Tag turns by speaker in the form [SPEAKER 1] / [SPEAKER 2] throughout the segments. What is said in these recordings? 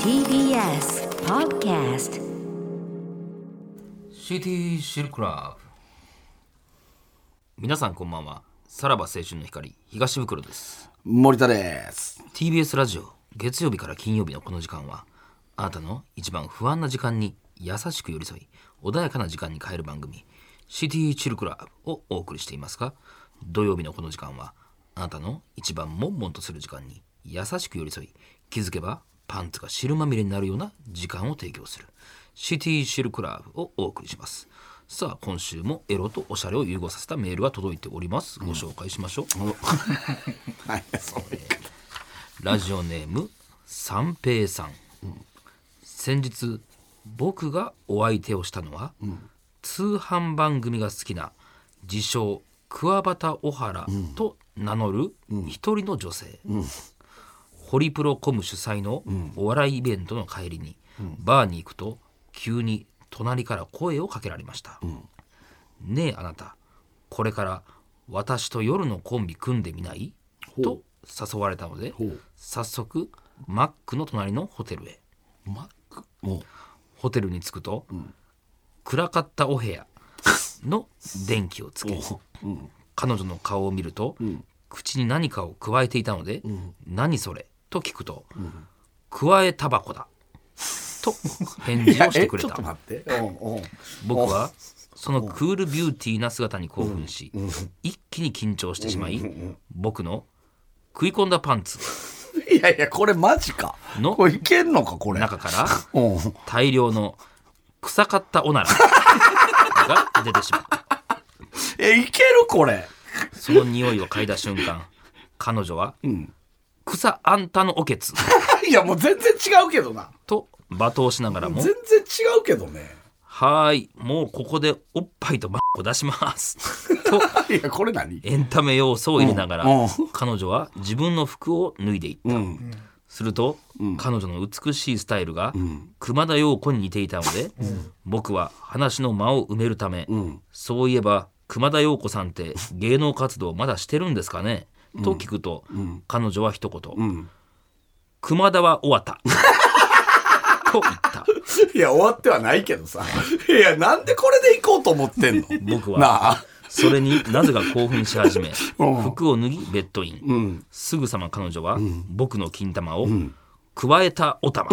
[SPEAKER 1] TBS Podcast
[SPEAKER 2] CT シルクラブ皆さんこんばんはさらば青春の光東袋です
[SPEAKER 3] 森田です
[SPEAKER 2] TBS ラジオ月曜日から金曜日のこの時間はあなたの一番不安な時間に優しく寄り添い穏やかな時間に変える番組 CT シルクラブをお送りしていますが土曜日のこの時間はあなたの一番悶々とする時間に優しく寄り添い気づけばパンツが汁まみれになるような時間を提供する CT シルクラブをお送りしますさあ今週もエロとおしゃれを融合させたメールが届いておりますご紹介しましょう、
[SPEAKER 3] はい
[SPEAKER 2] ラジオネーム三平さん、先日僕がお相手をしたのは、通販番組が好きな自称桑畑小原と名乗る一人の女性、ホリプロコム主催のお笑いイベントの帰りに、バーに行くと急に隣から声をかけられました、ねえあなたこれから私と夜のコンビ組んでみないと誘われたので
[SPEAKER 3] う
[SPEAKER 2] 早速マックの隣のホテルへ
[SPEAKER 3] マックも
[SPEAKER 2] ホテルに着くと、暗かったお部屋の電気をつけ彼女の顔を見ると、口に何かをくわえていたので「何それ?」と聞くと「くわえタバコだ」と返事をしてくれ
[SPEAKER 3] ちょったと待っておうおう
[SPEAKER 2] 僕はそのクールビューティーな姿に興奮し、一気に緊張してしまい、僕の食い込んだパンツ
[SPEAKER 3] いやいやこれマジか
[SPEAKER 2] の
[SPEAKER 3] これいけんのかこれ
[SPEAKER 2] 中から
[SPEAKER 3] おう
[SPEAKER 2] 大量の臭かったおならが出てしまった。
[SPEAKER 3] えいけるこれ
[SPEAKER 2] その匂いを嗅いだ瞬間、彼女は、草あんたのおけつ
[SPEAKER 3] いやもう全然違うけどな
[SPEAKER 2] と罵倒しながらも
[SPEAKER 3] 全、然違うけどね
[SPEAKER 2] はーい、もうここでおっぱいとばっこ出します。と、
[SPEAKER 3] いやこれ何
[SPEAKER 2] エンタメ要素を入れながら
[SPEAKER 3] うんうん、
[SPEAKER 2] 彼女は自分の服を脱いでいった。
[SPEAKER 3] うん
[SPEAKER 2] すると、彼女の美しいスタイルが、熊田曜子に似ていたので、僕は話の間を埋めるため、
[SPEAKER 3] ん
[SPEAKER 2] そういえば熊田曜子さんって芸能活動まだしてるんですかね、と聞くと、彼女は一言、
[SPEAKER 3] ん
[SPEAKER 2] 熊田は終わ った。と言った。
[SPEAKER 3] いや終わってはないけど さいやなんでこれでいこうと思ってんの
[SPEAKER 2] 僕は
[SPEAKER 3] なあ
[SPEAKER 2] それになぜか興奮し 始め、
[SPEAKER 3] うん
[SPEAKER 2] 服を脱ぎベッドイン。
[SPEAKER 3] うん
[SPEAKER 2] すぐさま彼女は、僕の金玉を、加えたお玉。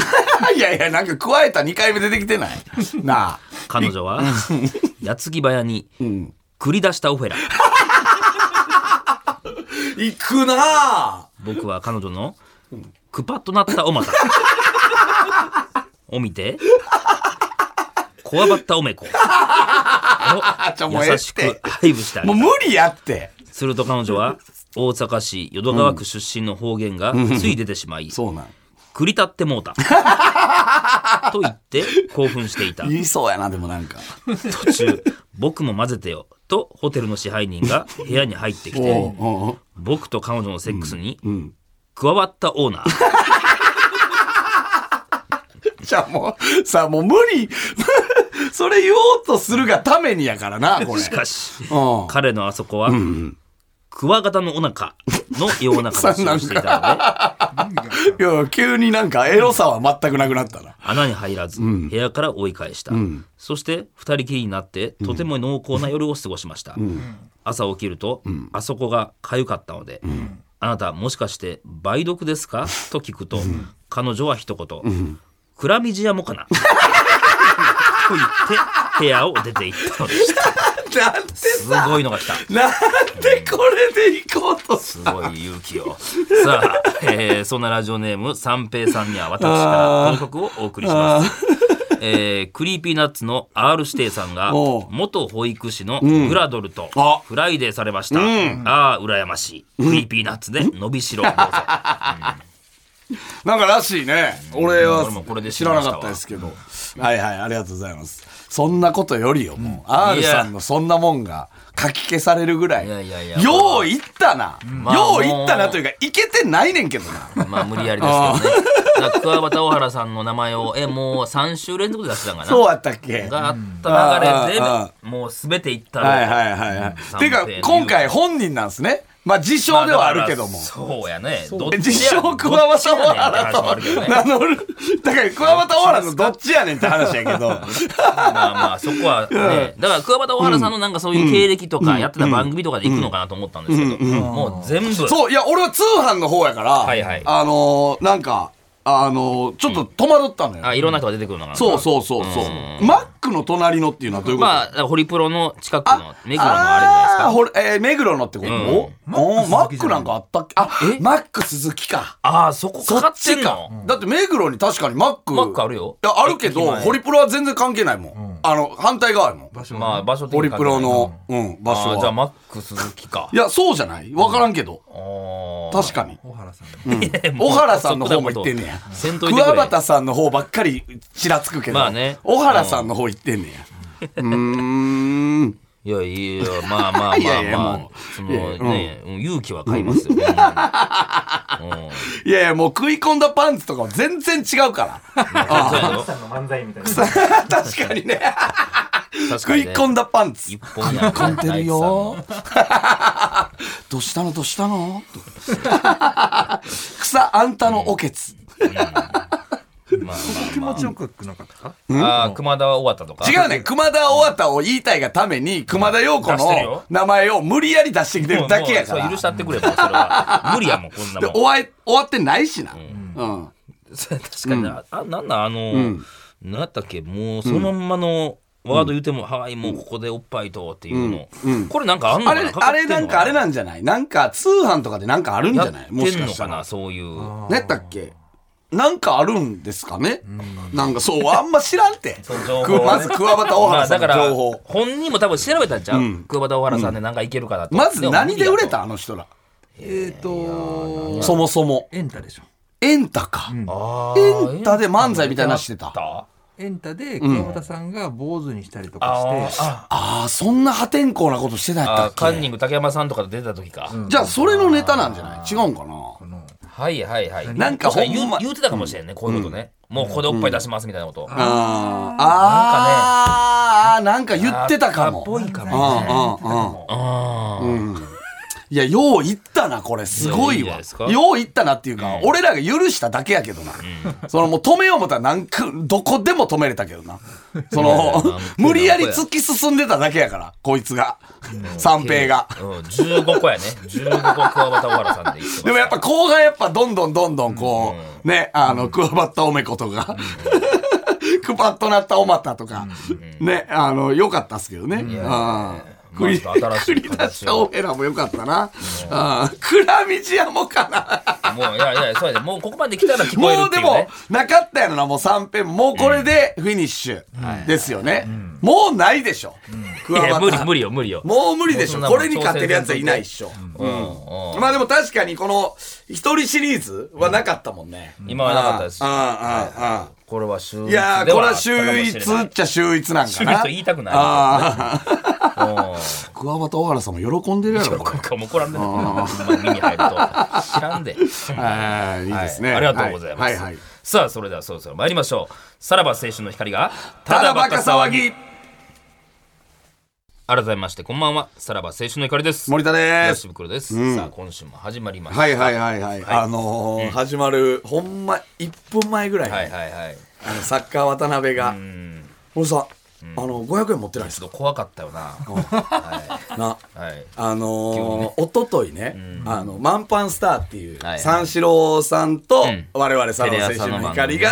[SPEAKER 3] いやいやなんか加えた2回目出てきてないなあ
[SPEAKER 2] 彼女は、矢継ぎ早に、繰り出したオフェラ。
[SPEAKER 3] 行くなあ
[SPEAKER 2] 僕は彼女のクパッとなったお股を見てこわばったおめ こ
[SPEAKER 3] ちょも
[SPEAKER 2] を
[SPEAKER 3] うええ
[SPEAKER 2] 優
[SPEAKER 3] っ
[SPEAKER 2] してく配布した
[SPEAKER 3] もう無理やって
[SPEAKER 2] すると彼女は大阪市淀川区出身の方言がつい出てしまい「
[SPEAKER 3] そうなん
[SPEAKER 2] 繰り立ってもう た」と言って興奮していた
[SPEAKER 3] 言いそうやなでもなんか
[SPEAKER 2] 途 中「僕も混ぜてよ」とホテルの支配人が部屋に入ってき
[SPEAKER 3] お
[SPEAKER 2] て
[SPEAKER 3] うおう
[SPEAKER 2] 僕と彼女のセックスに加わったオー ナー
[SPEAKER 3] じゃあもうさあもう無理 それ言おうとするがためにやからなこれ
[SPEAKER 2] しかし
[SPEAKER 3] うん
[SPEAKER 2] 彼のあそこは、クワガタのお腹のような形をしていたので、
[SPEAKER 3] いや急になんかエロさは全くなくなったな
[SPEAKER 2] 穴に入らず、部屋から追い返した。そして、二人きりになって、とても濃厚な夜を過ごしました。朝起きると、あそこが痒かったので、あなたもしかして梅毒ですかと聞くと、彼女は一言、クラミジアも かなと言って、部屋を出て行ったのでした。
[SPEAKER 3] なんです
[SPEAKER 2] ごいのが来た。
[SPEAKER 3] なんでこれで行こうとす
[SPEAKER 2] すごい勇気 を。さあ、えーそんなラジオネーム、三平さんには私からこの曲をお送りします。えークリーピーナッツの R 指定さんが
[SPEAKER 3] おう
[SPEAKER 2] 元保育士のグラドルと
[SPEAKER 3] あ
[SPEAKER 2] フライデーされました、ああ羨ましいクリーピーナッツで伸びしろど うぞ
[SPEAKER 3] なんからしいね俺は
[SPEAKER 2] 俺もこれで知
[SPEAKER 3] 知
[SPEAKER 2] りま
[SPEAKER 3] らな
[SPEAKER 2] したわ
[SPEAKER 3] かったですけどはいはいありがとうございますそんなことよりよもう R さんのそんなもんが書き消されるぐらい
[SPEAKER 2] いやいやいや
[SPEAKER 3] よういったな
[SPEAKER 2] あ
[SPEAKER 3] よういったなというかいけてないねんけどな
[SPEAKER 2] まあ無理やりですけどねだから桑畑大原さんの名前をえもう3週連続で出してたんかな
[SPEAKER 3] そうやったっけ
[SPEAKER 2] があった流れで
[SPEAKER 3] あああ
[SPEAKER 2] もう全ていった
[SPEAKER 3] はいはいはいはい。てか、今回本人なんですね。まあ自称ではあるけど
[SPEAKER 2] ま
[SPEAKER 3] も
[SPEAKER 2] あだからそうやね。どっちや
[SPEAKER 3] 自称桑
[SPEAKER 2] どっ
[SPEAKER 3] 畑
[SPEAKER 2] ちや
[SPEAKER 3] オ
[SPEAKER 2] ねんっ
[SPEAKER 3] ー
[SPEAKER 2] て話もあ
[SPEAKER 3] ラ
[SPEAKER 2] るけど
[SPEAKER 3] と
[SPEAKER 2] ね
[SPEAKER 3] 名乗るだから桑畑オーラのどっちやねんって話やけど
[SPEAKER 2] まあまあそこはねだから桑畑大原さんのなんかそういう経歴とかやってた番組とかで行くのかなと思ったんですけどもう全部
[SPEAKER 3] そういや俺は通販の方やから、
[SPEAKER 2] はいはい
[SPEAKER 3] あのーなんかあのーちょっと戸惑ったのよ、
[SPEAKER 2] あいろんな人が出てくるのかな
[SPEAKER 3] そうそうそうそうマックの隣のっていうのはどういうこと、
[SPEAKER 2] まあだからホリプロの近くの目黒のあれじゃないですか
[SPEAKER 3] あーほれえー目黒のってこと、
[SPEAKER 2] ん
[SPEAKER 3] おおマックなんかあったっけあマック鈴木か
[SPEAKER 2] ああそこか
[SPEAKER 3] そ
[SPEAKER 2] かっ
[SPEAKER 3] ってち
[SPEAKER 2] ん
[SPEAKER 3] か、
[SPEAKER 2] の
[SPEAKER 3] だって目黒に確かにマック
[SPEAKER 2] マックあるよ
[SPEAKER 3] いやあるけ
[SPEAKER 2] 駅
[SPEAKER 3] ど
[SPEAKER 2] 前
[SPEAKER 3] ホリプロは全然関係ないもん、あの反対側やもん
[SPEAKER 4] 場所
[SPEAKER 2] まあ場所的に
[SPEAKER 3] ホリプロの、うん、場所
[SPEAKER 2] ああ
[SPEAKER 3] は
[SPEAKER 2] じゃあマック鈴木か
[SPEAKER 3] いやそうじゃない分からんけど、
[SPEAKER 2] 確
[SPEAKER 3] 確かに
[SPEAKER 4] 小原さん
[SPEAKER 3] 小原さんの方も言ってんねや
[SPEAKER 2] 先頭
[SPEAKER 3] 桑畑さんの方ばっかりちらつくけど、
[SPEAKER 2] まあね
[SPEAKER 3] 小原さんの方言ってんねやうーん
[SPEAKER 2] いやいやまあまあまあまあ
[SPEAKER 3] いやいやも
[SPEAKER 2] そう
[SPEAKER 3] いや
[SPEAKER 2] の
[SPEAKER 3] いや
[SPEAKER 2] ね、うん勇気は買いますよ、うん
[SPEAKER 3] いやいやもう食い込んだパンツとかも全然違うから
[SPEAKER 2] そう
[SPEAKER 4] さんの漫才みたいな
[SPEAKER 3] 確かにね食い込ん
[SPEAKER 2] だ
[SPEAKER 3] だパンツ
[SPEAKER 2] 一本や
[SPEAKER 3] 噛んでるよ
[SPEAKER 2] 大地さんの。
[SPEAKER 3] どうしたのどうしたの 草あんたのおけつ。
[SPEAKER 2] まあ
[SPEAKER 4] 気持ちよくなかったか
[SPEAKER 2] まあ、あー熊田は終わったとか
[SPEAKER 3] 違うねん熊田尾形を言いたいがために熊田陽子
[SPEAKER 2] 出してるよ
[SPEAKER 3] の名前を無理やり出してきて
[SPEAKER 2] も
[SPEAKER 3] る
[SPEAKER 2] う
[SPEAKER 3] だけやか
[SPEAKER 2] も
[SPEAKER 3] ら
[SPEAKER 2] うそう許したってくれもうそれは無理やもんこんな
[SPEAKER 3] で
[SPEAKER 2] もん
[SPEAKER 3] 終わり終わってないしな、うん
[SPEAKER 2] そう確かにな、あなんなんあの、なんやったっけもうそのまんまのワード言っても、はいもうここでおっぱいとっていうの、これなんかあんの
[SPEAKER 3] あ
[SPEAKER 2] かな
[SPEAKER 3] れ
[SPEAKER 2] かか
[SPEAKER 3] あ
[SPEAKER 2] って
[SPEAKER 3] れなんかあれなんじゃないなんか通販とかでなんかあるんじ
[SPEAKER 2] や
[SPEAKER 3] ゃ
[SPEAKER 2] っ
[SPEAKER 3] ない
[SPEAKER 2] て
[SPEAKER 3] もし
[SPEAKER 2] ん
[SPEAKER 3] か
[SPEAKER 2] の
[SPEAKER 3] した
[SPEAKER 2] からなそういう
[SPEAKER 3] 何やったっけなんかあるんですかねなんかそうあんま知らんて
[SPEAKER 2] そう情報はね
[SPEAKER 3] くまず桑畑大
[SPEAKER 2] ま
[SPEAKER 3] 原
[SPEAKER 2] あ
[SPEAKER 3] さ
[SPEAKER 2] だ
[SPEAKER 3] ん
[SPEAKER 2] か
[SPEAKER 3] の
[SPEAKER 2] ら
[SPEAKER 3] 情報、
[SPEAKER 2] 本人も多分調べたんちゃう、桑田大原さんでなんかいけるかなと、
[SPEAKER 3] まず何で売れた
[SPEAKER 2] あ
[SPEAKER 3] あの人ら
[SPEAKER 4] えっと
[SPEAKER 3] そもそも
[SPEAKER 4] エンタでしょ
[SPEAKER 3] エンタか、
[SPEAKER 2] あ
[SPEAKER 3] エンタで漫才みたいなのしてた
[SPEAKER 2] あ
[SPEAKER 4] エンタで桑畑さんが坊主にしたりとか
[SPEAKER 2] ー
[SPEAKER 4] して
[SPEAKER 2] あ
[SPEAKER 3] ああそんな破天荒なことしてたんや
[SPEAKER 2] あ
[SPEAKER 3] っ
[SPEAKER 2] ー
[SPEAKER 3] た
[SPEAKER 2] カ
[SPEAKER 3] っ
[SPEAKER 2] ンニング竹山さんとかで出た時か、
[SPEAKER 3] けじゃあそれのネタなんじゃない違うんかな
[SPEAKER 2] はいはいはい
[SPEAKER 3] なんかほんま
[SPEAKER 2] 言う言うてたかもしれんねこういうことね、もうここでおっぱい出しますみたいなこと、
[SPEAKER 3] あーあーなんか言ってたかも
[SPEAKER 2] ぽいか
[SPEAKER 3] う
[SPEAKER 2] もね
[SPEAKER 3] んうんうん
[SPEAKER 2] あー
[SPEAKER 3] いやよう言ったなこれすご
[SPEAKER 2] いやいいんじ
[SPEAKER 3] い
[SPEAKER 2] ゃな
[SPEAKER 3] わ
[SPEAKER 2] いですか
[SPEAKER 3] よう言ったなっていうか、俺らが許しただけやけどな、そのもう止めよう思ったらなんかどこでも止めれたけどなその
[SPEAKER 2] いやいや
[SPEAKER 3] 無理やり突き進んでただけやからこいつが三平が。
[SPEAKER 2] うん、15個やね15個桑畑大原さんでいってます
[SPEAKER 3] でもやっぱ後半やっぱどんどんどんどんこう、ね、あの、くわばったおめことか、 くばっとなったおまたとか、ね、あの、良かったっすけどね。うん
[SPEAKER 2] まあ
[SPEAKER 3] 繰り
[SPEAKER 2] ちょっと新しい
[SPEAKER 3] 繰り出し
[SPEAKER 2] 形
[SPEAKER 3] た
[SPEAKER 2] を
[SPEAKER 3] オペラも良かったな。うん蔵道屋もかな。
[SPEAKER 2] もういやいやそうやねもうここまで来たら聞こえる
[SPEAKER 3] も
[SPEAKER 2] っ
[SPEAKER 3] う
[SPEAKER 2] てい
[SPEAKER 3] で
[SPEAKER 2] う、ね、
[SPEAKER 3] も、なかったやろな、もう3ペン。もうこれでフィニッシュですよね。もうないでしょ。くわ
[SPEAKER 2] いや
[SPEAKER 3] ば
[SPEAKER 2] 無
[SPEAKER 3] っ
[SPEAKER 2] 理
[SPEAKER 3] た
[SPEAKER 2] 無理よ無理よ
[SPEAKER 3] もう無理でしょ。
[SPEAKER 2] もうそんなも
[SPEAKER 3] こ
[SPEAKER 2] ん
[SPEAKER 3] れに勝てるやつはいないっしょ。
[SPEAKER 2] うんうん
[SPEAKER 3] まあでも確かにこの一人シリーズはなかったもんね。
[SPEAKER 2] 今はなかったです
[SPEAKER 3] あああああ
[SPEAKER 2] これは週
[SPEAKER 3] あ
[SPEAKER 2] 一
[SPEAKER 3] いやー
[SPEAKER 2] で
[SPEAKER 3] こ
[SPEAKER 2] は
[SPEAKER 3] れ
[SPEAKER 2] あっ
[SPEAKER 3] は
[SPEAKER 2] たか
[SPEAKER 3] 秀
[SPEAKER 2] もしれない
[SPEAKER 3] 逸っちゃ秀逸なんか
[SPEAKER 2] 秀逸
[SPEAKER 3] な。
[SPEAKER 2] と言いたくない
[SPEAKER 3] ああ。
[SPEAKER 2] うん
[SPEAKER 3] 桑畑大原さんも喜んでるやろこれ。
[SPEAKER 2] 僕はもう怒らんでる耳入ると知らんで
[SPEAKER 3] ああいいですね。
[SPEAKER 2] はいありがとうございます、
[SPEAKER 3] はいはいはい。
[SPEAKER 2] さあそれではそろそろ参りましょうさらば青春の光が
[SPEAKER 3] ただバカ騒ぎ
[SPEAKER 2] 改めましてこんばんはさらば青春の光です
[SPEAKER 3] 森田で
[SPEAKER 2] 吉
[SPEAKER 3] す。
[SPEAKER 2] 袋です、さあ今週も始まりました
[SPEAKER 3] はいはいはいはい。あのー始まるほんま一分前ぐら
[SPEAKER 2] はいい
[SPEAKER 3] に
[SPEAKER 2] はいはい
[SPEAKER 3] あのサッカー渡辺が俺さんあの500円持ってないで
[SPEAKER 2] ち
[SPEAKER 3] す
[SPEAKER 2] ょっと怖かったよなは
[SPEAKER 3] かな。
[SPEAKER 2] い、はい、
[SPEAKER 3] あのー、おとといね、あの、満帆スターっていう
[SPEAKER 2] はいは、い
[SPEAKER 3] 三四郎さんと
[SPEAKER 2] うん、
[SPEAKER 3] 我々サロン青春の光が、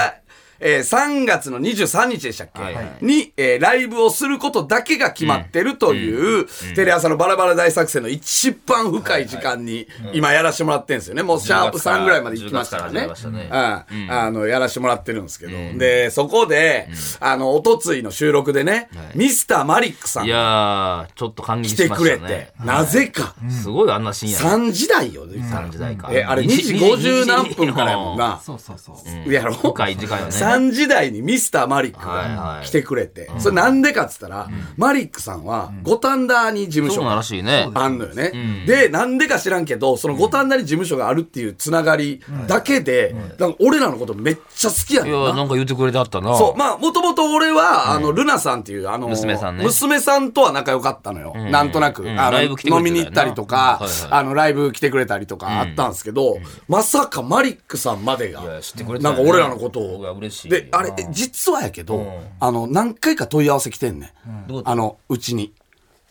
[SPEAKER 3] えー3月の23日でしたっけ、
[SPEAKER 2] はいはい
[SPEAKER 3] に、えーライブをすることだけが決まってるという、テレ朝のバラバラ大作戦の一番深い時間に、今やらせてもらってるんですよね。もうシャープ3ぐらいまで行きましたからね。
[SPEAKER 2] 10月から始めましたね
[SPEAKER 3] うんうんあの、やらしてもらってるんですけど。で、そこで、あの、おとついの収録でね、ミスターマリックさん
[SPEAKER 2] いやーちょっと感激
[SPEAKER 3] 来
[SPEAKER 2] してま
[SPEAKER 3] く
[SPEAKER 2] し
[SPEAKER 3] れ
[SPEAKER 2] た
[SPEAKER 3] て、
[SPEAKER 2] ね
[SPEAKER 3] なぜか、
[SPEAKER 2] すごいあんな深夜
[SPEAKER 3] 3時台よ、
[SPEAKER 2] 3時代か
[SPEAKER 3] えあれ2時50何分からやもんな
[SPEAKER 4] そうそうそう
[SPEAKER 3] やろ
[SPEAKER 2] 深い時間よね
[SPEAKER 3] 3時台にミスターマリック
[SPEAKER 2] はい
[SPEAKER 3] が
[SPEAKER 2] はい
[SPEAKER 3] 来てくれて、それなんでかっつったら、マリックさんは五反田に事務
[SPEAKER 2] そ
[SPEAKER 3] 所
[SPEAKER 2] うな
[SPEAKER 3] が
[SPEAKER 2] んらしいね。
[SPEAKER 3] あんのよね。で、なんでか知らんけど、その五反田に事務所があるっていうつながりだけで、だから俺らのことめっちゃ好きや
[SPEAKER 2] い
[SPEAKER 3] ねん
[SPEAKER 2] や、
[SPEAKER 3] な。
[SPEAKER 2] なんか言ってくれてあったな。
[SPEAKER 3] そう。まあ、もともと俺は、あの、ルナさんっていう、あの、
[SPEAKER 2] 娘さんね
[SPEAKER 3] 娘さんとは仲良かったのよ。
[SPEAKER 2] ん
[SPEAKER 3] なんとなく。
[SPEAKER 2] うん
[SPEAKER 3] あの、
[SPEAKER 2] ライブ来てくれてたよ
[SPEAKER 3] 飲みに行ったりとか
[SPEAKER 2] なはいは、い
[SPEAKER 3] あの、ライブ来てくれたりとかあったんですけど、まさかマリックさんまでが
[SPEAKER 2] いや、知ってくれてた
[SPEAKER 3] なん
[SPEAKER 2] よ
[SPEAKER 3] か
[SPEAKER 2] ね
[SPEAKER 3] 俺らのことを。
[SPEAKER 2] いや嬉しいよな
[SPEAKER 3] で、あれ、え実はやけ
[SPEAKER 2] う
[SPEAKER 3] ど
[SPEAKER 2] ん、
[SPEAKER 3] あの、何回か問い合わせ来てんね。
[SPEAKER 2] どういうんこと
[SPEAKER 3] あの、うちに。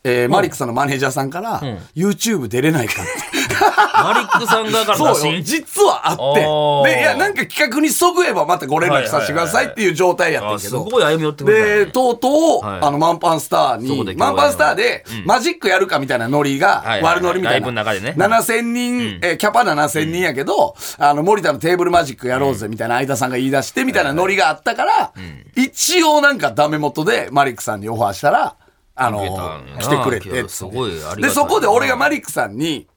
[SPEAKER 3] えーマリックさんのマネージャーさんから、YouTube 出れな いかって。
[SPEAKER 2] マリックさん側から打
[SPEAKER 3] そうよ
[SPEAKER 2] 診。
[SPEAKER 3] 実はあ
[SPEAKER 2] お
[SPEAKER 3] っ
[SPEAKER 2] ー
[SPEAKER 3] てでいやなんか企画にそぐえばまたご連絡させてくださいっていう状態やった
[SPEAKER 2] あ
[SPEAKER 3] け
[SPEAKER 2] す
[SPEAKER 3] ど、
[SPEAKER 2] ごい歩み寄ってくれたね
[SPEAKER 3] で、とうとう、
[SPEAKER 2] はい
[SPEAKER 3] あの、マンパンスター
[SPEAKER 2] そこ
[SPEAKER 3] に、
[SPEAKER 2] で
[SPEAKER 3] マンパンスターで、マジックやるかみたいなノリ
[SPEAKER 2] はい
[SPEAKER 3] が、
[SPEAKER 2] はいはい
[SPEAKER 3] 悪ノリみたいな。
[SPEAKER 2] ライブの中でね
[SPEAKER 3] 7000人、えーキャパ7000人やけど、あの、森田のテーブルマジックやろうぜみたいな、相田さんが言い出して、みたいなノリがあったから、一応なんかダメ元で、マリックさんにオファーしたら、あの
[SPEAKER 2] 受けたんや、な
[SPEAKER 3] 来てくれて
[SPEAKER 2] い
[SPEAKER 3] っつって。
[SPEAKER 2] やすごいありがたい
[SPEAKER 3] で、そこで俺がマリックさんに、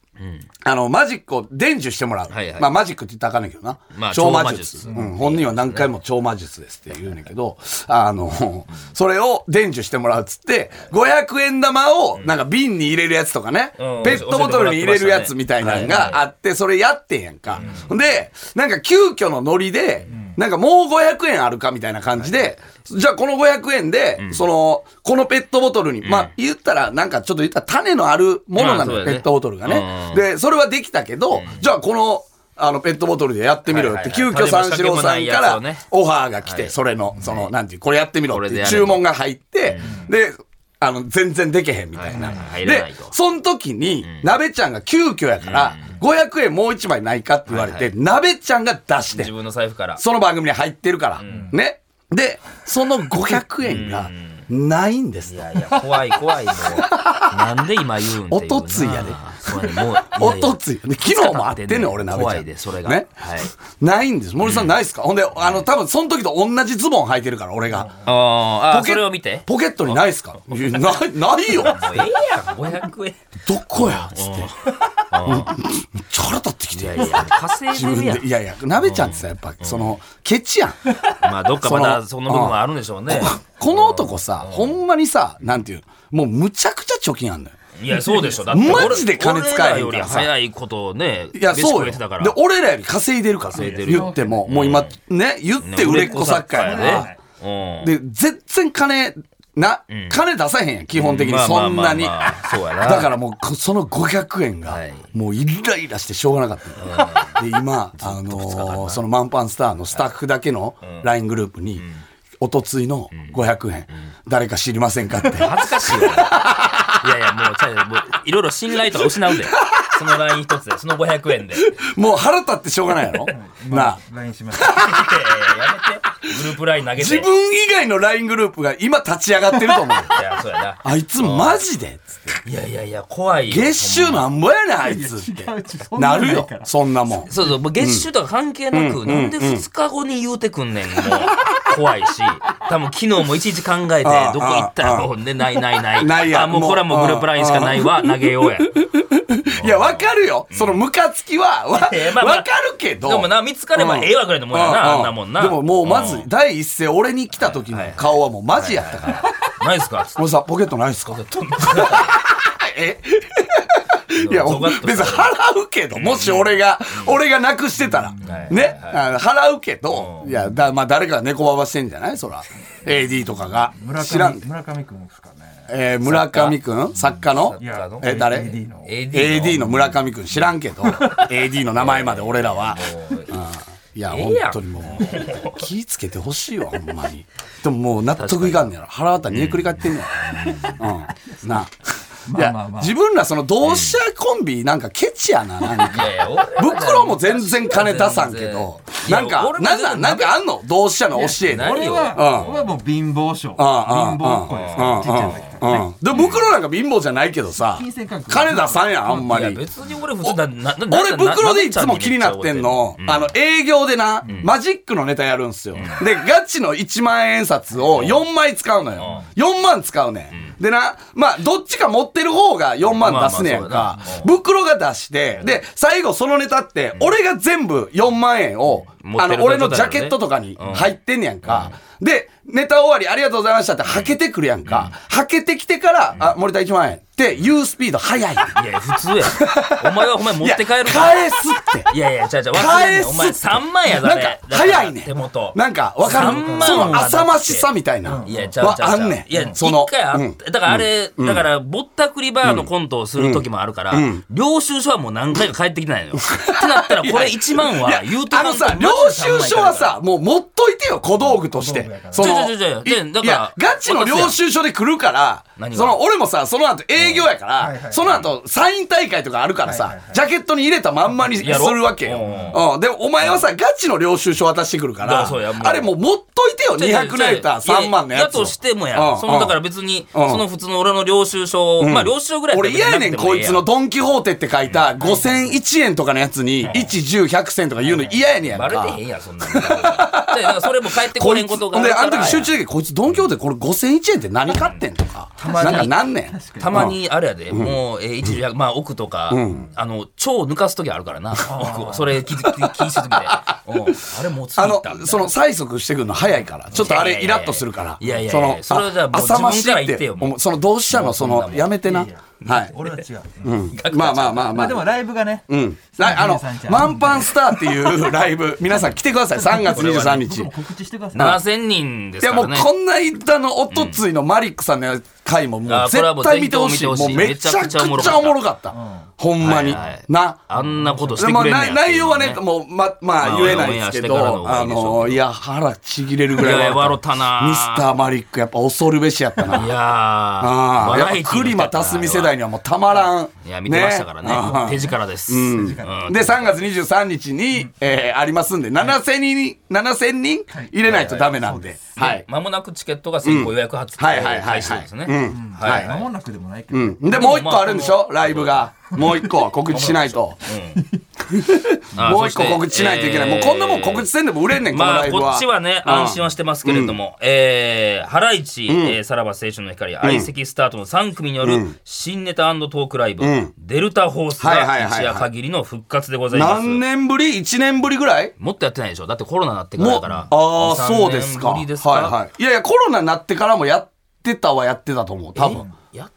[SPEAKER 3] あの、マジックを伝授してもらう。
[SPEAKER 2] はいはい
[SPEAKER 3] まあ、マジックって言ったらあかんねんけどな。
[SPEAKER 2] まあ
[SPEAKER 3] 超魔
[SPEAKER 2] 超魔術
[SPEAKER 3] 術。うん、本人は何回も超魔術ですって言うねんけど、あの、それを伝授してもらうっつって、500円玉をなんか瓶に入れるやつとかね、
[SPEAKER 2] うん
[SPEAKER 3] ペットボトルに入れるやつみたいなのがあって、それやってんやんか。で、なんか急遽のノリで、なんかもう500円あるかみたいな感じで、じゃあこの500円で、その、このペットボトルに、まあ言ったらなんかちょっと言ったら種のあるもの
[SPEAKER 2] まあ
[SPEAKER 3] なの
[SPEAKER 2] そうだ
[SPEAKER 3] よ、
[SPEAKER 2] よ
[SPEAKER 3] ペ
[SPEAKER 2] ね
[SPEAKER 3] ットボトルが
[SPEAKER 2] うん
[SPEAKER 3] ね
[SPEAKER 2] う。ん
[SPEAKER 3] で、それはできたけど、じゃあこの、あの、ペットボトルでやってみろよって、
[SPEAKER 2] はい
[SPEAKER 3] 急
[SPEAKER 2] はいはい
[SPEAKER 3] 遽三四郎
[SPEAKER 2] 誰も
[SPEAKER 3] さんか
[SPEAKER 2] 仕掛けもないやつ
[SPEAKER 3] ら
[SPEAKER 2] をね、
[SPEAKER 3] オファーが来て、それの、その、なんていう、これやってみろっ
[SPEAKER 2] これ
[SPEAKER 3] て
[SPEAKER 2] で
[SPEAKER 3] いう
[SPEAKER 2] やれと
[SPEAKER 3] 注文が入って、で、あの、全然でけへんみたいな
[SPEAKER 2] はいはい。はい入らな
[SPEAKER 3] で
[SPEAKER 2] いと、
[SPEAKER 3] その時に、鍋ちゃんが急遽やから、500円もう一枚ないかって言われ
[SPEAKER 2] はい
[SPEAKER 3] て、鍋ちゃんが出して
[SPEAKER 2] 自、分の財布から。
[SPEAKER 3] その番組に入ってるから、ね。で、その500円が、ないんです
[SPEAKER 2] い
[SPEAKER 3] と。
[SPEAKER 2] やいや、怖い怖い、もう。なんで今言うんっていうな
[SPEAKER 3] おとついやで
[SPEAKER 2] そうやね、もういやいや。
[SPEAKER 3] おとつい。で昨日も会ってんねん、俺、鍋ちゃん。
[SPEAKER 2] 怖いで、それが。
[SPEAKER 3] ね。
[SPEAKER 2] はい。
[SPEAKER 3] ないんです。森さんないっすか、ほんで、あの、多分その時と同じズボン履いてるから、俺が。
[SPEAKER 2] あーあ
[SPEAKER 3] ポ
[SPEAKER 2] ー、
[SPEAKER 3] ケ
[SPEAKER 2] それを見て。
[SPEAKER 3] ポケットにないっすかいやない、ないよ。
[SPEAKER 2] もうええやん、500円。
[SPEAKER 3] どこやつって。
[SPEAKER 2] あ
[SPEAKER 3] めっちゃ腹立ってき
[SPEAKER 2] ーい
[SPEAKER 3] て。
[SPEAKER 2] やいや、稼
[SPEAKER 3] 自
[SPEAKER 2] いで
[SPEAKER 3] 分
[SPEAKER 2] るや
[SPEAKER 3] で。
[SPEAKER 2] ん。
[SPEAKER 3] いやいや、鍋ちゃんってさ、やっぱ、その、ケチやん。
[SPEAKER 2] まあ、どっかまだ
[SPEAKER 3] そ
[SPEAKER 2] そ
[SPEAKER 3] の
[SPEAKER 2] の部分はあるんでしょうね。
[SPEAKER 3] この男さ、ほんまにさ、なんていうのもうむちゃくちゃ貯金あんのよ。
[SPEAKER 2] いや、そうでしょ。だって俺、
[SPEAKER 3] マジで金使えへんからさ
[SPEAKER 2] 俺らより早いことをね、
[SPEAKER 3] いや、
[SPEAKER 2] 飯食
[SPEAKER 3] そう
[SPEAKER 2] え
[SPEAKER 3] よ。
[SPEAKER 2] て
[SPEAKER 3] で
[SPEAKER 2] たから。、
[SPEAKER 3] 俺らより稼いでるから、
[SPEAKER 2] 稼いでるよ
[SPEAKER 3] 言っても、もう今、ね、言って売れっ子サッカー
[SPEAKER 2] ね
[SPEAKER 3] やね。
[SPEAKER 2] うん
[SPEAKER 3] で、全然金、な、金出さへんやん、基本的に。
[SPEAKER 2] まあま
[SPEAKER 3] そ
[SPEAKER 2] あ
[SPEAKER 3] ん
[SPEAKER 2] ま
[SPEAKER 3] な
[SPEAKER 2] あ
[SPEAKER 3] に。
[SPEAKER 2] まあそうやな。
[SPEAKER 3] だからもうこその500円が
[SPEAKER 2] はい
[SPEAKER 3] もうイライラしてしょうがなかった、で今、あのーそのマンパンスターのスタッフだけの LINE グループに、おとついの500円、誰か知りませんかって
[SPEAKER 2] 恥ずかしいよ。いやいや、もう、ちゃうよもういろいろ信頼とか失うで。その LINE 一つで、その500円で。いやい
[SPEAKER 3] もう腹立ってしょうがないやろなあ
[SPEAKER 4] LINE しま した。
[SPEAKER 2] ややめて。グループ LINE 投げて。
[SPEAKER 3] 自分以外の LINE グループが今立ち上がってると思 う
[SPEAKER 2] いや、そうやな。
[SPEAKER 3] あいつマジでつって
[SPEAKER 2] いやいやいや、怖いよ。
[SPEAKER 3] 月収なんぼやねんあいつってなるよそんなもん
[SPEAKER 2] そうそう、もう月収とか関係なく、なんで2日後に言うてくんねん、もう。怖いし、多分昨日もいちいち考えて
[SPEAKER 3] ああ、
[SPEAKER 2] どこ行った
[SPEAKER 3] ああ
[SPEAKER 2] ら、ほんで、ないないない。
[SPEAKER 3] ないや
[SPEAKER 2] あ、もうこれはもうグループラインしかないわ、投げよ うや。
[SPEAKER 3] いやわかるよそのムカつきはわわか
[SPEAKER 2] いやまあまあ
[SPEAKER 3] るけど
[SPEAKER 2] でもな、見つかればええわぐらいのもんやな、あんなもんな。
[SPEAKER 3] でももうまず
[SPEAKER 2] ん
[SPEAKER 3] 第一声俺に来た時の顔はもうマジやったから
[SPEAKER 2] ないっすかつっ
[SPEAKER 3] 「俺さポケットないっすか?」 え
[SPEAKER 2] て
[SPEAKER 3] いや
[SPEAKER 2] ゾガッと
[SPEAKER 3] 別に払うけどもし俺が俺がなくしてたら
[SPEAKER 2] はい
[SPEAKER 3] ねあ払うけどいやだまあ誰かが猫ばばしてんじゃないそら AD とかが
[SPEAKER 4] 村
[SPEAKER 3] 知らん
[SPEAKER 4] 上、村上くんですかね。
[SPEAKER 3] えー村上くん作家の
[SPEAKER 4] いや
[SPEAKER 3] え誰
[SPEAKER 4] AD の
[SPEAKER 3] AD の村上くん知らんけ ど AD の名前まで俺らはうんいや、
[SPEAKER 2] え
[SPEAKER 3] 本
[SPEAKER 2] えやん
[SPEAKER 3] 当にもう、気ぃつけてほしいわ、ほんまに。でももう納得いかんねやろ。腹渡にえくり返ってんねやろ。うん。なあ。い
[SPEAKER 4] まあま
[SPEAKER 3] や
[SPEAKER 4] あま、あ
[SPEAKER 3] 自分らその同志社コンビなんかケチやな、なん
[SPEAKER 2] いやい
[SPEAKER 3] か。
[SPEAKER 2] や俺ら
[SPEAKER 3] 袋も全然金出さんけど、
[SPEAKER 2] 全然
[SPEAKER 3] な
[SPEAKER 2] い
[SPEAKER 3] ん
[SPEAKER 2] や
[SPEAKER 3] か、
[SPEAKER 2] 俺も
[SPEAKER 3] なんなん、なんかあんの同志社の教えで。
[SPEAKER 2] ない
[SPEAKER 4] 俺
[SPEAKER 2] よ
[SPEAKER 4] は、俺はもう貧乏症。貧
[SPEAKER 3] あ
[SPEAKER 4] 乏っ子ですから、ちっちゃい時から。
[SPEAKER 3] あ、うん。で、袋なんか貧乏じゃないけどさ
[SPEAKER 4] 金銭感、覚
[SPEAKER 3] 金出さんやん、あんま
[SPEAKER 2] いや
[SPEAKER 3] り。
[SPEAKER 2] 別に俺普通だなな
[SPEAKER 3] 俺、
[SPEAKER 2] な
[SPEAKER 3] 袋でいつも気になってんの、あの、営業でな、マジックのネタやるんすよ。で、ガチの1万円札を4枚使うのよ。4万使うねん。でな、まあ、どっちか持ってる方が4万出すねやん
[SPEAKER 2] まあ
[SPEAKER 3] か
[SPEAKER 2] まあそう。
[SPEAKER 3] 袋が出して、で、最後そのネタって、俺が全部4万円を
[SPEAKER 2] 持
[SPEAKER 3] あ
[SPEAKER 2] ってる
[SPEAKER 3] の、俺のジャケットとかに入ってんねやんか。で、ネタ終わりありがとうございましたって、はけてくるやんか。はけてきてから、あ、森田1万円って言うスピード早 い。
[SPEAKER 2] いやいや普通や お前はお前持って帰る
[SPEAKER 3] いや
[SPEAKER 2] から
[SPEAKER 3] 返すって。
[SPEAKER 2] いやいやじゃじゃ忘れん
[SPEAKER 3] 返
[SPEAKER 2] ね
[SPEAKER 3] す
[SPEAKER 2] お前3万やだ
[SPEAKER 3] なん
[SPEAKER 2] ね
[SPEAKER 3] か
[SPEAKER 2] だから
[SPEAKER 3] 早いねん
[SPEAKER 2] 手元
[SPEAKER 3] なんかわかる
[SPEAKER 2] 3万
[SPEAKER 3] そ
[SPEAKER 2] はだ
[SPEAKER 3] の
[SPEAKER 2] って
[SPEAKER 3] 浅ましさみたいない
[SPEAKER 2] や、ちゃう
[SPEAKER 3] は
[SPEAKER 2] ちゃう
[SPEAKER 3] あ
[SPEAKER 2] ちゃうん
[SPEAKER 3] ねん
[SPEAKER 2] いや、
[SPEAKER 3] そ
[SPEAKER 2] 一
[SPEAKER 3] の
[SPEAKER 2] 回あっ
[SPEAKER 3] うん
[SPEAKER 2] だからあれ、だから、ぼったくりバーのコントをする時もあるから、領収書はもう何回か返ってきてないのよ。ってなったら、これ1万
[SPEAKER 3] いや
[SPEAKER 2] は言うとか
[SPEAKER 3] あの
[SPEAKER 2] んと
[SPEAKER 3] さ領収書は、さもう持っといてよ小道具としてその
[SPEAKER 2] 違う違う違う違う
[SPEAKER 3] い
[SPEAKER 2] だから
[SPEAKER 3] いやガチの領収書で来るから
[SPEAKER 2] 何が
[SPEAKER 3] その俺もさその後営業やから、その後サイン大会とかあるからさ、ジャケットに入れたまんまにす
[SPEAKER 2] やろ
[SPEAKER 3] るわけよ、
[SPEAKER 2] う
[SPEAKER 3] うんでもお前はさガチの領収書渡してくるか
[SPEAKER 2] だかららそうやもう
[SPEAKER 3] あれもう持っといてよ
[SPEAKER 2] 万回返って
[SPEAKER 3] 200
[SPEAKER 2] きた
[SPEAKER 3] レーター3万のやつ
[SPEAKER 2] い
[SPEAKER 3] を
[SPEAKER 2] だとしてもや
[SPEAKER 3] う、ん
[SPEAKER 2] その、だから
[SPEAKER 3] うん
[SPEAKER 2] 別に、
[SPEAKER 3] うん
[SPEAKER 2] その普通の俺の領収書を、まあ領収書ぐらい
[SPEAKER 3] 俺嫌やねん、こいつの。ドン・キホーテって書いた5001円とかのやつに、1、10、100銭とか言うの嫌やねんやん
[SPEAKER 2] バレて
[SPEAKER 3] か
[SPEAKER 2] へん。やん、そんなの。じゃ あだからそれも返ってこ
[SPEAKER 3] こ
[SPEAKER 2] れ
[SPEAKER 3] い
[SPEAKER 2] ん
[SPEAKER 3] つ、
[SPEAKER 2] こと
[SPEAKER 3] ほ
[SPEAKER 2] があ
[SPEAKER 3] ん
[SPEAKER 2] る
[SPEAKER 3] で、
[SPEAKER 2] から。
[SPEAKER 3] あの時集中で、こいつ、ドン・キホーテこれ5001円って何買ってんとか、
[SPEAKER 2] ま
[SPEAKER 3] な
[SPEAKER 2] に
[SPEAKER 3] んかなんねん。
[SPEAKER 2] たまにあれやで、もう、えー、一時、まあ、奥とか、あの、腸を抜かす時あるからな、奥をそれ気づき、気にしすぎて。うんあれもうついた
[SPEAKER 3] あ
[SPEAKER 2] みたい
[SPEAKER 3] の
[SPEAKER 2] な。、
[SPEAKER 3] その、催促してくるの早いから、ちょっとあ
[SPEAKER 2] いや
[SPEAKER 3] れ
[SPEAKER 2] いやい
[SPEAKER 3] イ
[SPEAKER 2] や
[SPEAKER 3] ラッとするから。
[SPEAKER 2] いやいやいや
[SPEAKER 3] の
[SPEAKER 2] それはじゃあもう
[SPEAKER 3] あ浅まし
[SPEAKER 2] 自分から言ってよもう
[SPEAKER 3] 思うその、同志社の、そ
[SPEAKER 2] もうそんな
[SPEAKER 3] の
[SPEAKER 2] も、ん
[SPEAKER 3] やめてな。はい。
[SPEAKER 4] 俺は違う。
[SPEAKER 3] うんまあまあまあま
[SPEAKER 4] ま
[SPEAKER 3] あ
[SPEAKER 4] あで。もライブがね、
[SPEAKER 3] うん、ライあの「マンパンスター」っていうラ イブ皆さん来てください3月23日
[SPEAKER 4] も告知してください。
[SPEAKER 2] 7000人です
[SPEAKER 3] いや
[SPEAKER 2] か
[SPEAKER 3] も
[SPEAKER 2] ら
[SPEAKER 3] う
[SPEAKER 2] ね。
[SPEAKER 3] こんな間のおとついのマリックさんの回もも
[SPEAKER 2] あ
[SPEAKER 3] う
[SPEAKER 2] これはもう
[SPEAKER 3] 絶対見てほしい。
[SPEAKER 2] 全
[SPEAKER 3] も
[SPEAKER 2] 部
[SPEAKER 3] う
[SPEAKER 2] 見てほしい
[SPEAKER 3] めちゃくちゃおも
[SPEAKER 2] め
[SPEAKER 3] ろ
[SPEAKER 2] ちゃくちゃおもろ
[SPEAKER 3] かった。ほんまに
[SPEAKER 2] はいはい。
[SPEAKER 3] な。
[SPEAKER 2] あんなことし
[SPEAKER 3] で
[SPEAKER 2] てく
[SPEAKER 3] もう
[SPEAKER 2] れんねや
[SPEAKER 3] 内内容はね、もう、ま、ま
[SPEAKER 2] まあ
[SPEAKER 3] あ言えないですけ
[SPEAKER 2] オン
[SPEAKER 3] ど、
[SPEAKER 2] エアしてから
[SPEAKER 3] あ
[SPEAKER 2] の方が
[SPEAKER 3] の、いや、腹ちぎれるぐらい
[SPEAKER 2] いや笑ったな
[SPEAKER 3] ミスターマリック、やっぱ恐るべしやった な。
[SPEAKER 2] いやー、
[SPEAKER 3] ああ、やっぱ栗間
[SPEAKER 2] た
[SPEAKER 3] た
[SPEAKER 2] す
[SPEAKER 3] す
[SPEAKER 2] み
[SPEAKER 3] み世代にはもうたまらん。
[SPEAKER 2] いや、見てましたからね。
[SPEAKER 3] ああ
[SPEAKER 2] 手力です。うん
[SPEAKER 3] で、3月23日に、えーありますんで、7000人、7000人入れないとダメなんで。はい。
[SPEAKER 2] まもなくチケットが先行予約発
[SPEAKER 3] はいはいはいはい
[SPEAKER 2] 開始なんですね。
[SPEAKER 3] うん
[SPEAKER 2] はい
[SPEAKER 4] 間
[SPEAKER 2] はい
[SPEAKER 4] もなくでもないけど。
[SPEAKER 3] うんで、もう一個あるんでしょライブが。もう一個は告知しないと。
[SPEAKER 2] ああ
[SPEAKER 3] もう一
[SPEAKER 2] そ
[SPEAKER 3] 個
[SPEAKER 2] して
[SPEAKER 3] 告知しないといけない。もうこんなもん告知せんでも売れんねん、この
[SPEAKER 2] ま
[SPEAKER 3] ラ
[SPEAKER 2] あ、
[SPEAKER 3] イブは。
[SPEAKER 2] こっちはね、
[SPEAKER 3] うん
[SPEAKER 2] 安心はしてますけれども、えー、ハライチ、えーさらば青春の光、相席スタートの3組による新ネタトークライブ、デルタホース
[SPEAKER 3] はいはい
[SPEAKER 2] が
[SPEAKER 3] はいはい
[SPEAKER 2] 一夜限りの復活でございます。
[SPEAKER 3] 何年ぶり ?1 年ぶりぐらい
[SPEAKER 2] もっとやってないでしょだってコロナになってから
[SPEAKER 3] も
[SPEAKER 2] だ
[SPEAKER 3] う、
[SPEAKER 2] から
[SPEAKER 3] あ。あ
[SPEAKER 2] 2
[SPEAKER 3] ー、そうですか。
[SPEAKER 2] 3年ぶりですか
[SPEAKER 3] はいはい。いやいや、コロナになってからもやってたはやってたと思う、多分。
[SPEAKER 2] えや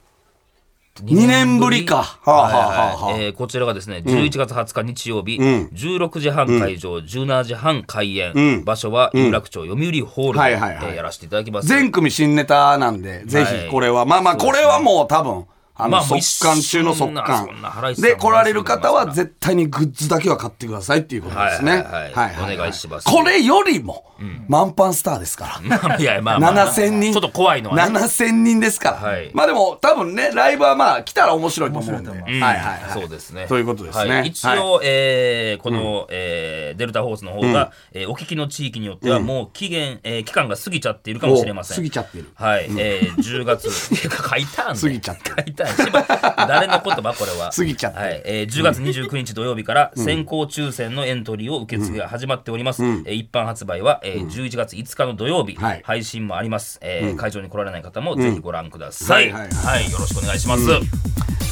[SPEAKER 3] 2年ぶりか。はあはあはあ
[SPEAKER 2] は
[SPEAKER 3] はいあ。
[SPEAKER 2] えーこちらがですね、11月20日日曜日、16時半会場、17時半開演、場所は有楽町読売ホールで、
[SPEAKER 3] は
[SPEAKER 2] え
[SPEAKER 3] いはいはい
[SPEAKER 2] ーやらせていただきます。
[SPEAKER 3] 全組新ネタなんで、ぜひこれは。まあまあ、これはもう多分、あ
[SPEAKER 2] ま
[SPEAKER 3] の、
[SPEAKER 2] あもう
[SPEAKER 3] 速乾中の
[SPEAKER 2] そん
[SPEAKER 3] 速
[SPEAKER 2] な
[SPEAKER 3] 乾
[SPEAKER 2] そんな腹い。せ
[SPEAKER 3] で、
[SPEAKER 2] さんも
[SPEAKER 3] 来られる方は絶対にグッズだけは買ってくださいっていうことですね。
[SPEAKER 2] はいはいはいお願いします
[SPEAKER 3] これよりも、満帆スターですから。
[SPEAKER 2] まあ いやまあまあまあ
[SPEAKER 3] 7000人。
[SPEAKER 2] ちょっと怖いのはね。
[SPEAKER 3] 7000人ですから。
[SPEAKER 2] はい
[SPEAKER 3] まあでも、多分ね、ライブはまあ、来たら面白いと思うんで。はいはいはい。
[SPEAKER 2] そうですね。
[SPEAKER 3] ということですね
[SPEAKER 2] は一応、えーこの、えーデルタホースの方が、えーお聞きの地域によってはもう期限、えー期間が過ぎちゃっているかもしれません。
[SPEAKER 3] お過ぎちゃってる
[SPEAKER 2] はい、えー10月 いや書いたんで。
[SPEAKER 3] 過ぎちゃってる
[SPEAKER 2] 書いたんしば誰の言葉これは。
[SPEAKER 3] 過ぎちゃってる
[SPEAKER 2] はい、えー10月29日土曜日から先行抽選のエントリーを受け付けが始まっております。えー一般発売は、えー11月5日の土曜日、
[SPEAKER 3] はい
[SPEAKER 2] 配信もあります、えー会場に来られない方もぜひご覧ください。
[SPEAKER 3] うんはいはい
[SPEAKER 2] はい、よろしくお願いします。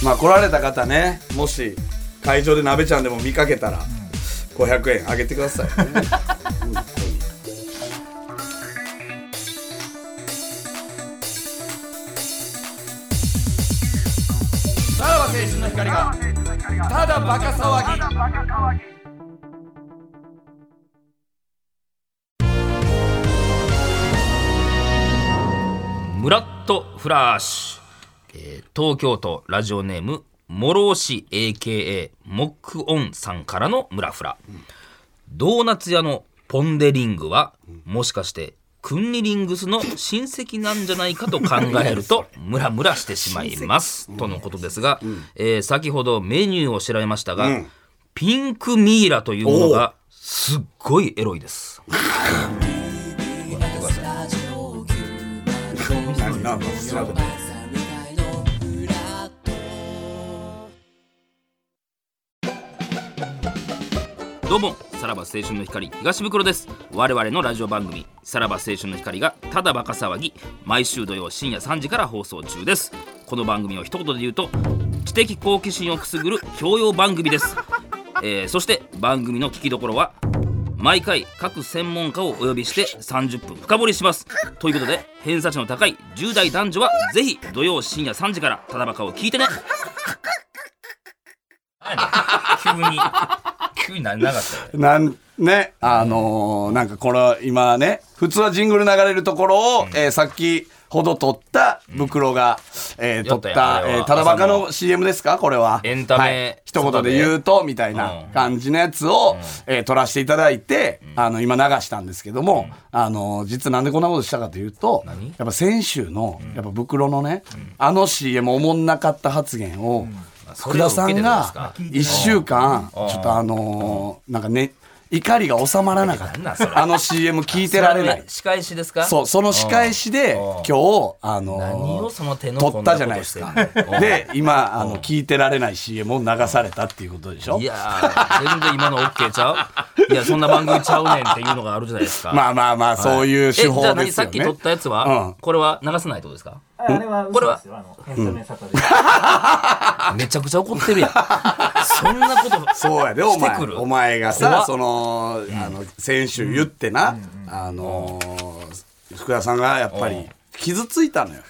[SPEAKER 3] まあ来られた方ねもし会場で鍋ちゃんでも見かけたら500円あげてください、ね、さらば青春の光がただバカ騒ぎ
[SPEAKER 2] ムラッとフラッシュ、えー東京都ラジオネーム諸押し AKA モックオンさんからのムラフラ、ドーナツ屋のポン・デ・リングはもしかしてクンニリングスの親戚なんじゃないかと考えるとムラムラしてしまいますとのことですが、えー先ほどメニューを調べましたが、ピンクミイラというものがすっごいエロいです。どうもさらば青春の光東袋です我々のラジオ番組さらば青春の光がただバカ騒ぎ毎週土曜深夜3時から放送中ですこの番組を一言で言うと知的好奇心をくすぐる教養番組です、えーそして番組の聞きどころは毎回各専門家をお呼びして30分深掘りしますということで偏差値の高い10代男女はぜひ土曜深夜3時からただバカを聞いてね急に急になりなかったよ
[SPEAKER 3] なんね、あのーなんかこれ今ね、普通はジングル流れるところを、えーさっきほど撮った袋が、え
[SPEAKER 2] や
[SPEAKER 3] ー撮
[SPEAKER 2] っ
[SPEAKER 3] ったた
[SPEAKER 2] よあれ
[SPEAKER 3] え
[SPEAKER 2] は
[SPEAKER 3] ーただバカ
[SPEAKER 2] 朝
[SPEAKER 3] の CM ですかこれは。
[SPEAKER 2] エンタメ
[SPEAKER 3] はい一言で言うと、みたいな感じのやつを、えー撮らせていただいて、あの、今流したんですけども、あのー実はなんでこんなことしたかというと、やっぱ先週の、やっぱ袋のね、あの CM おもんなかった発言を、福田さんが1週間ちょっとあのーなんかね怒りが収まらなかっ
[SPEAKER 2] なんなんそれ
[SPEAKER 3] たあの CM 聞いてられな
[SPEAKER 2] そ
[SPEAKER 3] い
[SPEAKER 2] は仕返しですか
[SPEAKER 3] そうその仕返しで今日あ
[SPEAKER 2] 何
[SPEAKER 3] の
[SPEAKER 2] をその手の
[SPEAKER 3] 取ったじゃないです
[SPEAKER 2] こ
[SPEAKER 3] か
[SPEAKER 2] んなことしてんの
[SPEAKER 3] で今あの聞いてられない CM を流されたっていうことでしょ
[SPEAKER 2] いやー全然今の OK ちゃういやそんな番組ちゃうねんっていうのがあるじゃないですか
[SPEAKER 3] まあまあまあそういう手
[SPEAKER 2] えじゃあ
[SPEAKER 3] 法で
[SPEAKER 2] 何
[SPEAKER 3] す
[SPEAKER 2] さ
[SPEAKER 3] よ
[SPEAKER 2] っき撮
[SPEAKER 3] ね
[SPEAKER 2] ったやつは、
[SPEAKER 3] うん
[SPEAKER 2] これは流さないってことですか
[SPEAKER 5] あれは嘘ですよ。あの、エンタメサタデー。
[SPEAKER 2] めちゃくちゃ怒 ってるやんそんなこと
[SPEAKER 3] そうやでお
[SPEAKER 2] して
[SPEAKER 3] 前
[SPEAKER 2] くる
[SPEAKER 3] お前が
[SPEAKER 2] 怖
[SPEAKER 3] さ
[SPEAKER 2] っ
[SPEAKER 3] そのあの先週言ってなあのー福田さんがやっぱり傷ついたのよ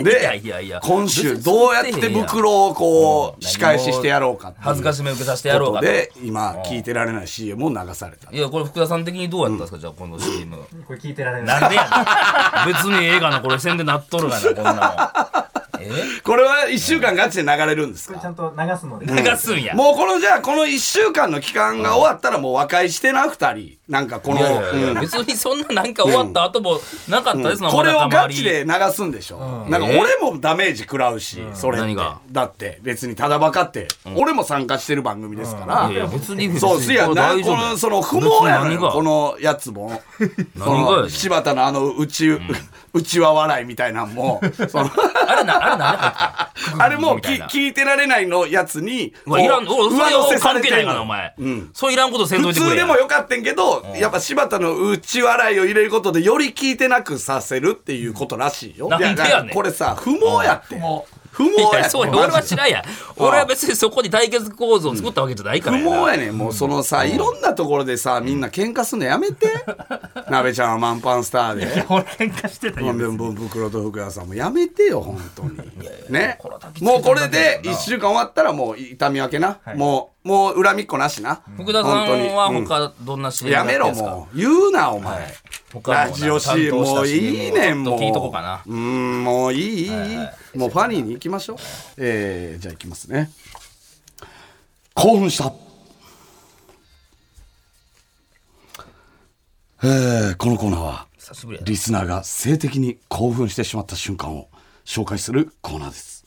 [SPEAKER 2] いや
[SPEAKER 3] で
[SPEAKER 2] いやいや
[SPEAKER 3] 今週どうやって袋をこう仕返ししてやろうかっていう
[SPEAKER 2] 恥ずかしめ受けさせてやろう
[SPEAKER 3] こ
[SPEAKER 2] か
[SPEAKER 3] とで今聞いてられない CM を流された
[SPEAKER 2] いやこれ福田さん的にどうやったんですか、じゃあこの CM
[SPEAKER 5] これ聞いてられない。
[SPEAKER 2] なんでやねん別に映画のこれ宣伝なっとるがなこんなもんえ
[SPEAKER 3] これは1週間ガチで流れるんです
[SPEAKER 5] これち
[SPEAKER 3] か
[SPEAKER 5] ゃんと流すので。
[SPEAKER 2] 流すんや
[SPEAKER 3] もうこのじゃあこの1週間の期間が終わったらもう和解してな2人なんかこ
[SPEAKER 2] い
[SPEAKER 3] の
[SPEAKER 2] やいやいや、
[SPEAKER 3] うん
[SPEAKER 2] 別にそんななんか終わった後もなかったですな、
[SPEAKER 3] これを
[SPEAKER 2] まだ
[SPEAKER 3] ガ
[SPEAKER 2] 黙り
[SPEAKER 3] チで流すんでしょ、なんか俺もダメージ食らうし、それっ
[SPEAKER 2] 何
[SPEAKER 3] て
[SPEAKER 2] が
[SPEAKER 3] だって別にただばかって、俺も参加してる番組ですから、
[SPEAKER 2] いやいや別 に
[SPEAKER 3] そうすや
[SPEAKER 2] これ
[SPEAKER 3] なこ
[SPEAKER 2] 大丈夫
[SPEAKER 3] のその不毛やの
[SPEAKER 2] 別に何が
[SPEAKER 3] よこのやつもそ
[SPEAKER 2] 何がやね
[SPEAKER 3] の
[SPEAKER 2] ん
[SPEAKER 3] 柴田のあのうち、うちわ笑いみたいな んもその
[SPEAKER 2] あれなあれなあ
[SPEAKER 3] あれも
[SPEAKER 2] み
[SPEAKER 3] き
[SPEAKER 2] たいな
[SPEAKER 3] 聞いてられないのやつに
[SPEAKER 2] れいらんおそれは関係ないからお
[SPEAKER 3] の
[SPEAKER 2] 前、
[SPEAKER 3] うん
[SPEAKER 2] そういらんことせんと
[SPEAKER 3] 普
[SPEAKER 2] いてくれ
[SPEAKER 3] 通で
[SPEAKER 2] や
[SPEAKER 3] もよかったんけど、やっぱ柴田のうち笑いを入れることでより聞いてなくさせるっていうことらしいよ。
[SPEAKER 2] なんでやねん
[SPEAKER 3] いだからこれさ、不毛やって。不
[SPEAKER 2] い
[SPEAKER 3] 毛
[SPEAKER 2] や
[SPEAKER 3] や
[SPEAKER 2] そうや
[SPEAKER 3] マジで
[SPEAKER 2] 俺は知らん や俺は別にそこに対決構造を作ったわけじゃないか
[SPEAKER 3] 不
[SPEAKER 2] らやな
[SPEAKER 3] 毛やねん。もうそのさ、いろんなところでさ、みんな喧嘩すんのや めて。鍋ちゃんはマンパンスターで。
[SPEAKER 5] 俺喧嘩してた
[SPEAKER 3] ほんで文袋と福田さんもやめてよ、本当に。ね
[SPEAKER 2] これは焚き。付け
[SPEAKER 3] もうこ
[SPEAKER 2] た
[SPEAKER 3] れ
[SPEAKER 2] んだ
[SPEAKER 3] で
[SPEAKER 2] けどな
[SPEAKER 3] 1週間終わったらもう痛み分けな。もう、もう恨みっこなしな。
[SPEAKER 2] 福田さんは
[SPEAKER 3] 本当にうん
[SPEAKER 2] 他どんな CM
[SPEAKER 3] やめろ
[SPEAKER 2] ってんすか
[SPEAKER 3] もう言うなお前、
[SPEAKER 2] 他のなん
[SPEAKER 3] ラ
[SPEAKER 2] か
[SPEAKER 3] ジオ CM
[SPEAKER 2] 担当した
[SPEAKER 3] もういいねん
[SPEAKER 2] ちょっ
[SPEAKER 3] もう
[SPEAKER 2] と聞いとこうかな
[SPEAKER 3] うんもういいいい、もうファニーに行きましょう、えー、じゃあ行きますね興奮したえー、このコーナーは
[SPEAKER 2] 久しぶりやな
[SPEAKER 3] リスナーが性的に興奮してしまった瞬間を紹介するコーナーです。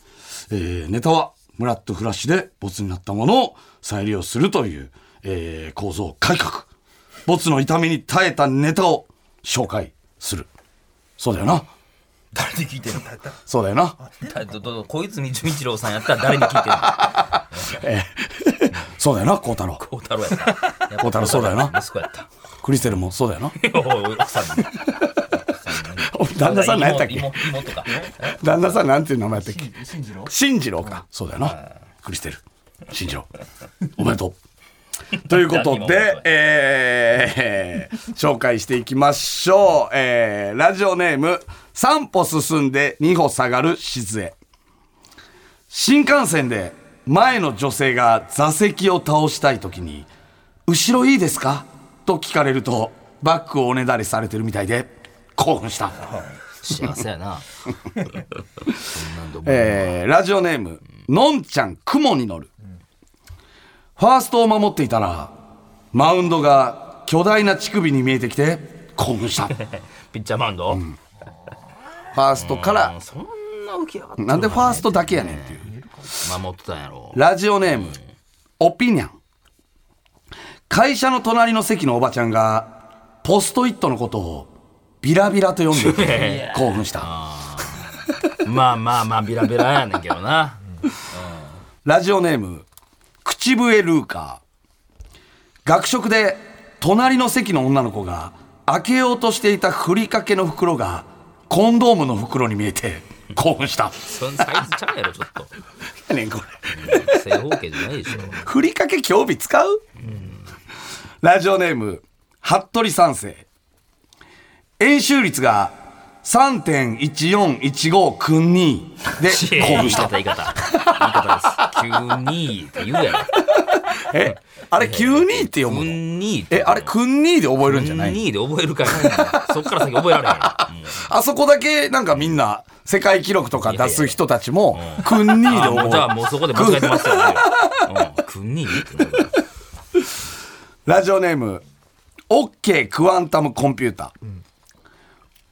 [SPEAKER 3] えーネタは、ムラッとフラッシュでボツになったものを再利用するという、えー構造改革。ボツの痛みに耐えたネタを紹介する。そうだよな。
[SPEAKER 2] 誰に聞いてるの
[SPEAKER 3] そうだよな。
[SPEAKER 2] 誰どどど小泉純一郎さんやったら誰に聞いてるの
[SPEAKER 3] えー そうだよな、孝太郎。
[SPEAKER 2] 孝太郎やった
[SPEAKER 3] 孝太郎そうだよな。
[SPEAKER 2] 息子や った
[SPEAKER 3] クリステルもそう だよな。
[SPEAKER 2] おいおい奥さんに
[SPEAKER 3] 旦那さん何やったっけ
[SPEAKER 2] 妹妹妹か
[SPEAKER 3] 旦那さん なんていう名前やったっけ新次郎新次郎か。そうだよな。クリステル。新次郎。おめでと う。ということで、えー、 紹介していきましょう。えー、ラジオネーム、3歩進んで2歩下がる静江。新幹線で前の女性が座席を倒したい時に「後ろいいですか?」と聞かれるとバックをおねだりされてるみたいで興奮した。
[SPEAKER 2] 幸せやな
[SPEAKER 3] えーラジオネーム、のんちゃん雲に乗る、ファーストを守っていたらマウンドが巨大な乳首に見えてきて興奮したフ
[SPEAKER 2] ピッチャーマウンド、
[SPEAKER 3] ァーストから
[SPEAKER 2] そんな浮き上がって
[SPEAKER 3] なんでファーストだけやねんっていう
[SPEAKER 2] 守ってたんやろ
[SPEAKER 3] ラジオネーム、オピニャン。会社の隣の席のおばちゃんが、ポストイットのことを、ビラビラと読んでいて、興奮した。
[SPEAKER 2] まあまあまあビラビラやねんけどな
[SPEAKER 3] ラジオネーム、口笛ルーカー。学食で、隣の席の女の子が、開けようとしていたふりかけの袋が、コンドームの袋に見えて、興奮した。
[SPEAKER 2] そんサイズちゃうやろちょっと
[SPEAKER 3] 何やねんこれ。
[SPEAKER 2] 正方形じゃないでしょ
[SPEAKER 3] ふりかけ興味使う、ラジオネーム、服部三世。円周率が3.1415君にで興
[SPEAKER 2] 言
[SPEAKER 3] 奮
[SPEAKER 2] い
[SPEAKER 3] した
[SPEAKER 2] 方。言い方言い方です急にって言うやろ
[SPEAKER 3] え、あれ9二って読むの
[SPEAKER 2] 君にって
[SPEAKER 3] え、あれ君にで覚えるんじゃない
[SPEAKER 2] にで覚えるからそっから先覚えられへんもう
[SPEAKER 3] あそこだけなんかみんな世界記録とか出す人たちも君にで
[SPEAKER 2] あもうじゃあ
[SPEAKER 3] 覚え
[SPEAKER 2] もうそこ
[SPEAKER 3] る。
[SPEAKER 2] で間違えてましたよね。うん、君にってなんか
[SPEAKER 3] ラジオネーム、オッケークワンタムコンピュータ。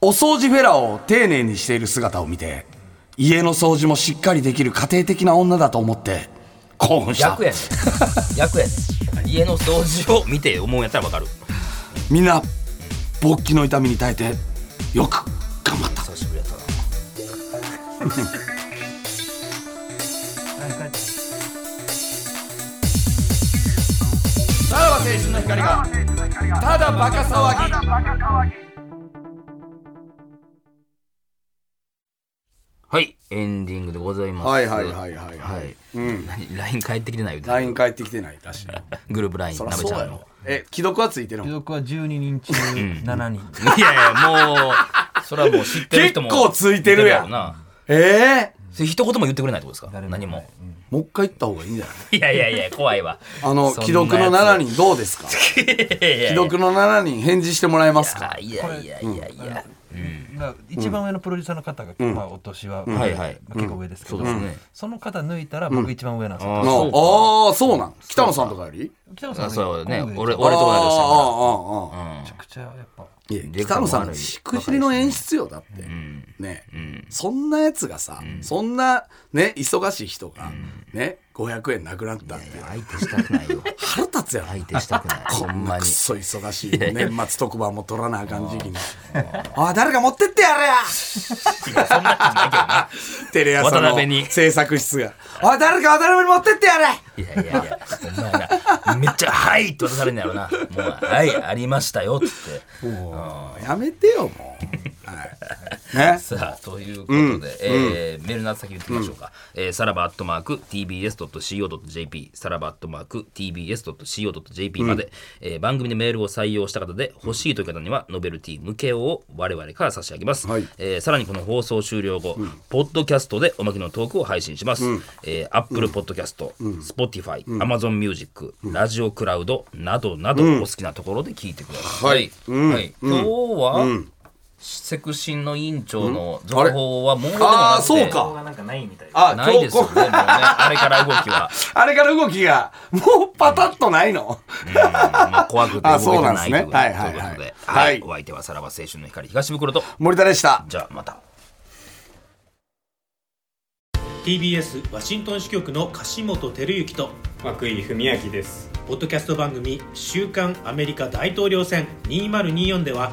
[SPEAKER 3] お掃除フェラを丁寧にしている姿を見て、家の掃除もしっかりできる家庭的な女だと思って興奮した
[SPEAKER 2] 逆。やねん。逆やねん。家の掃除を見て思うんやったらわかる。
[SPEAKER 3] みんな、勃起の痛みに耐えて、よく頑張った。
[SPEAKER 2] 久しぶりやったな。
[SPEAKER 3] さらば青春の光がただバカ騒ぎ
[SPEAKER 2] はい、エンディングでございます。
[SPEAKER 3] はいはいはいはいはい
[SPEAKER 2] はい。何 LINE 返ってきてないよ。
[SPEAKER 3] LINE 返ってきてないらしい
[SPEAKER 2] グループ LINE、
[SPEAKER 3] そ
[SPEAKER 2] な
[SPEAKER 3] ら
[SPEAKER 2] べ
[SPEAKER 3] そう
[SPEAKER 2] ちゃ
[SPEAKER 3] や
[SPEAKER 2] んの
[SPEAKER 3] ろ。え既読はついてる
[SPEAKER 4] 記
[SPEAKER 3] の
[SPEAKER 4] 録は12人中7人。
[SPEAKER 2] いやいや、もう、それは もう知ってる人も。
[SPEAKER 3] 結構ついてるやん
[SPEAKER 2] ろな。
[SPEAKER 3] ええ
[SPEAKER 2] それ一言も言ってくれないってことですか
[SPEAKER 4] 誰も
[SPEAKER 2] 何も。
[SPEAKER 3] もう一回行った方がいいんじゃない
[SPEAKER 2] いやいやいや、怖いわ。
[SPEAKER 3] あの
[SPEAKER 2] そんな
[SPEAKER 3] 既読の7人どうですか既
[SPEAKER 2] 既
[SPEAKER 3] 読の7人返事してもらえますか
[SPEAKER 2] いやいやいやいや。
[SPEAKER 4] だから一番上のプロデューサーの方が、まあ、お年は、
[SPEAKER 2] はいはい
[SPEAKER 4] まあ結構上ですけど、
[SPEAKER 2] そうですね
[SPEAKER 4] その方抜いたら僕一番上なんです
[SPEAKER 2] あ
[SPEAKER 4] よ。
[SPEAKER 3] のああーそうなん北野さんとかより
[SPEAKER 4] 北野
[SPEAKER 2] あ
[SPEAKER 4] さん
[SPEAKER 2] そうね。
[SPEAKER 4] め
[SPEAKER 2] 俺、俺と同い年だ
[SPEAKER 3] ああ
[SPEAKER 2] か
[SPEAKER 3] ああああ
[SPEAKER 2] ら。うん
[SPEAKER 4] ちゃくちゃやっぱ。
[SPEAKER 3] いや北野さんしくじりの演出よだってねそんなやつがさそんなね忙しい人がね500円なくなったって
[SPEAKER 2] 相手したくないよ。
[SPEAKER 3] 腹立つやろ
[SPEAKER 2] 相手したくない。 ほんま
[SPEAKER 3] く
[SPEAKER 2] に
[SPEAKER 3] っ。そ忙しい年末特番も取らなあかん時期に「あ誰か持ってってやれや!」
[SPEAKER 2] そんな感じないけどな。
[SPEAKER 3] テレ朝
[SPEAKER 2] 渡
[SPEAKER 3] の
[SPEAKER 2] 辺に
[SPEAKER 3] 制作室が「おい誰か渡辺に持ってってやれ!
[SPEAKER 2] いやいやいや、お前な、めっちゃ、はいって渡されんのやろな。もう、はい、ありましたよ、つって。」
[SPEAKER 3] やめてよもう。はい、 ね
[SPEAKER 2] さあということで、えーメールの宛先言ってみましょうか、えーさらばアットマーク tbs.co.jp さらばアットマーク tbs.co.jp まで、えー番組でメールを採用した方で欲しいという方にはノベルティ向けを我々から差し上げます、
[SPEAKER 3] はい
[SPEAKER 2] えーさらにこの放送終了後、ポッドキャストでおまけのトークを配信します、えー、Apple ポッドキャスト、Spotify、Amazon Music、ラジオクラウドなどなどお好きなところで聞いてください、はい今日は、セクシンの委員長の情報はもうでもな
[SPEAKER 3] あ
[SPEAKER 2] く
[SPEAKER 3] ー
[SPEAKER 2] て
[SPEAKER 3] そう
[SPEAKER 5] 動
[SPEAKER 3] か
[SPEAKER 5] 画なんかないみたいです。
[SPEAKER 3] あ
[SPEAKER 2] ないですよねもうねあれから動きは、
[SPEAKER 3] あれから動きがもうパタッとないの、
[SPEAKER 2] うんもう怖くて動けてないということで
[SPEAKER 3] あそうなんですねはいはいはい
[SPEAKER 2] とうことで
[SPEAKER 3] はい
[SPEAKER 2] はいお相手はさらば青春の光東袋と
[SPEAKER 3] 森田でした
[SPEAKER 2] じゃあまた
[SPEAKER 6] TBS ワシントン支局の樫本照之と
[SPEAKER 7] 和久井文明です
[SPEAKER 6] ポッドキャスト番組「週刊アメリカ大統領選2024」では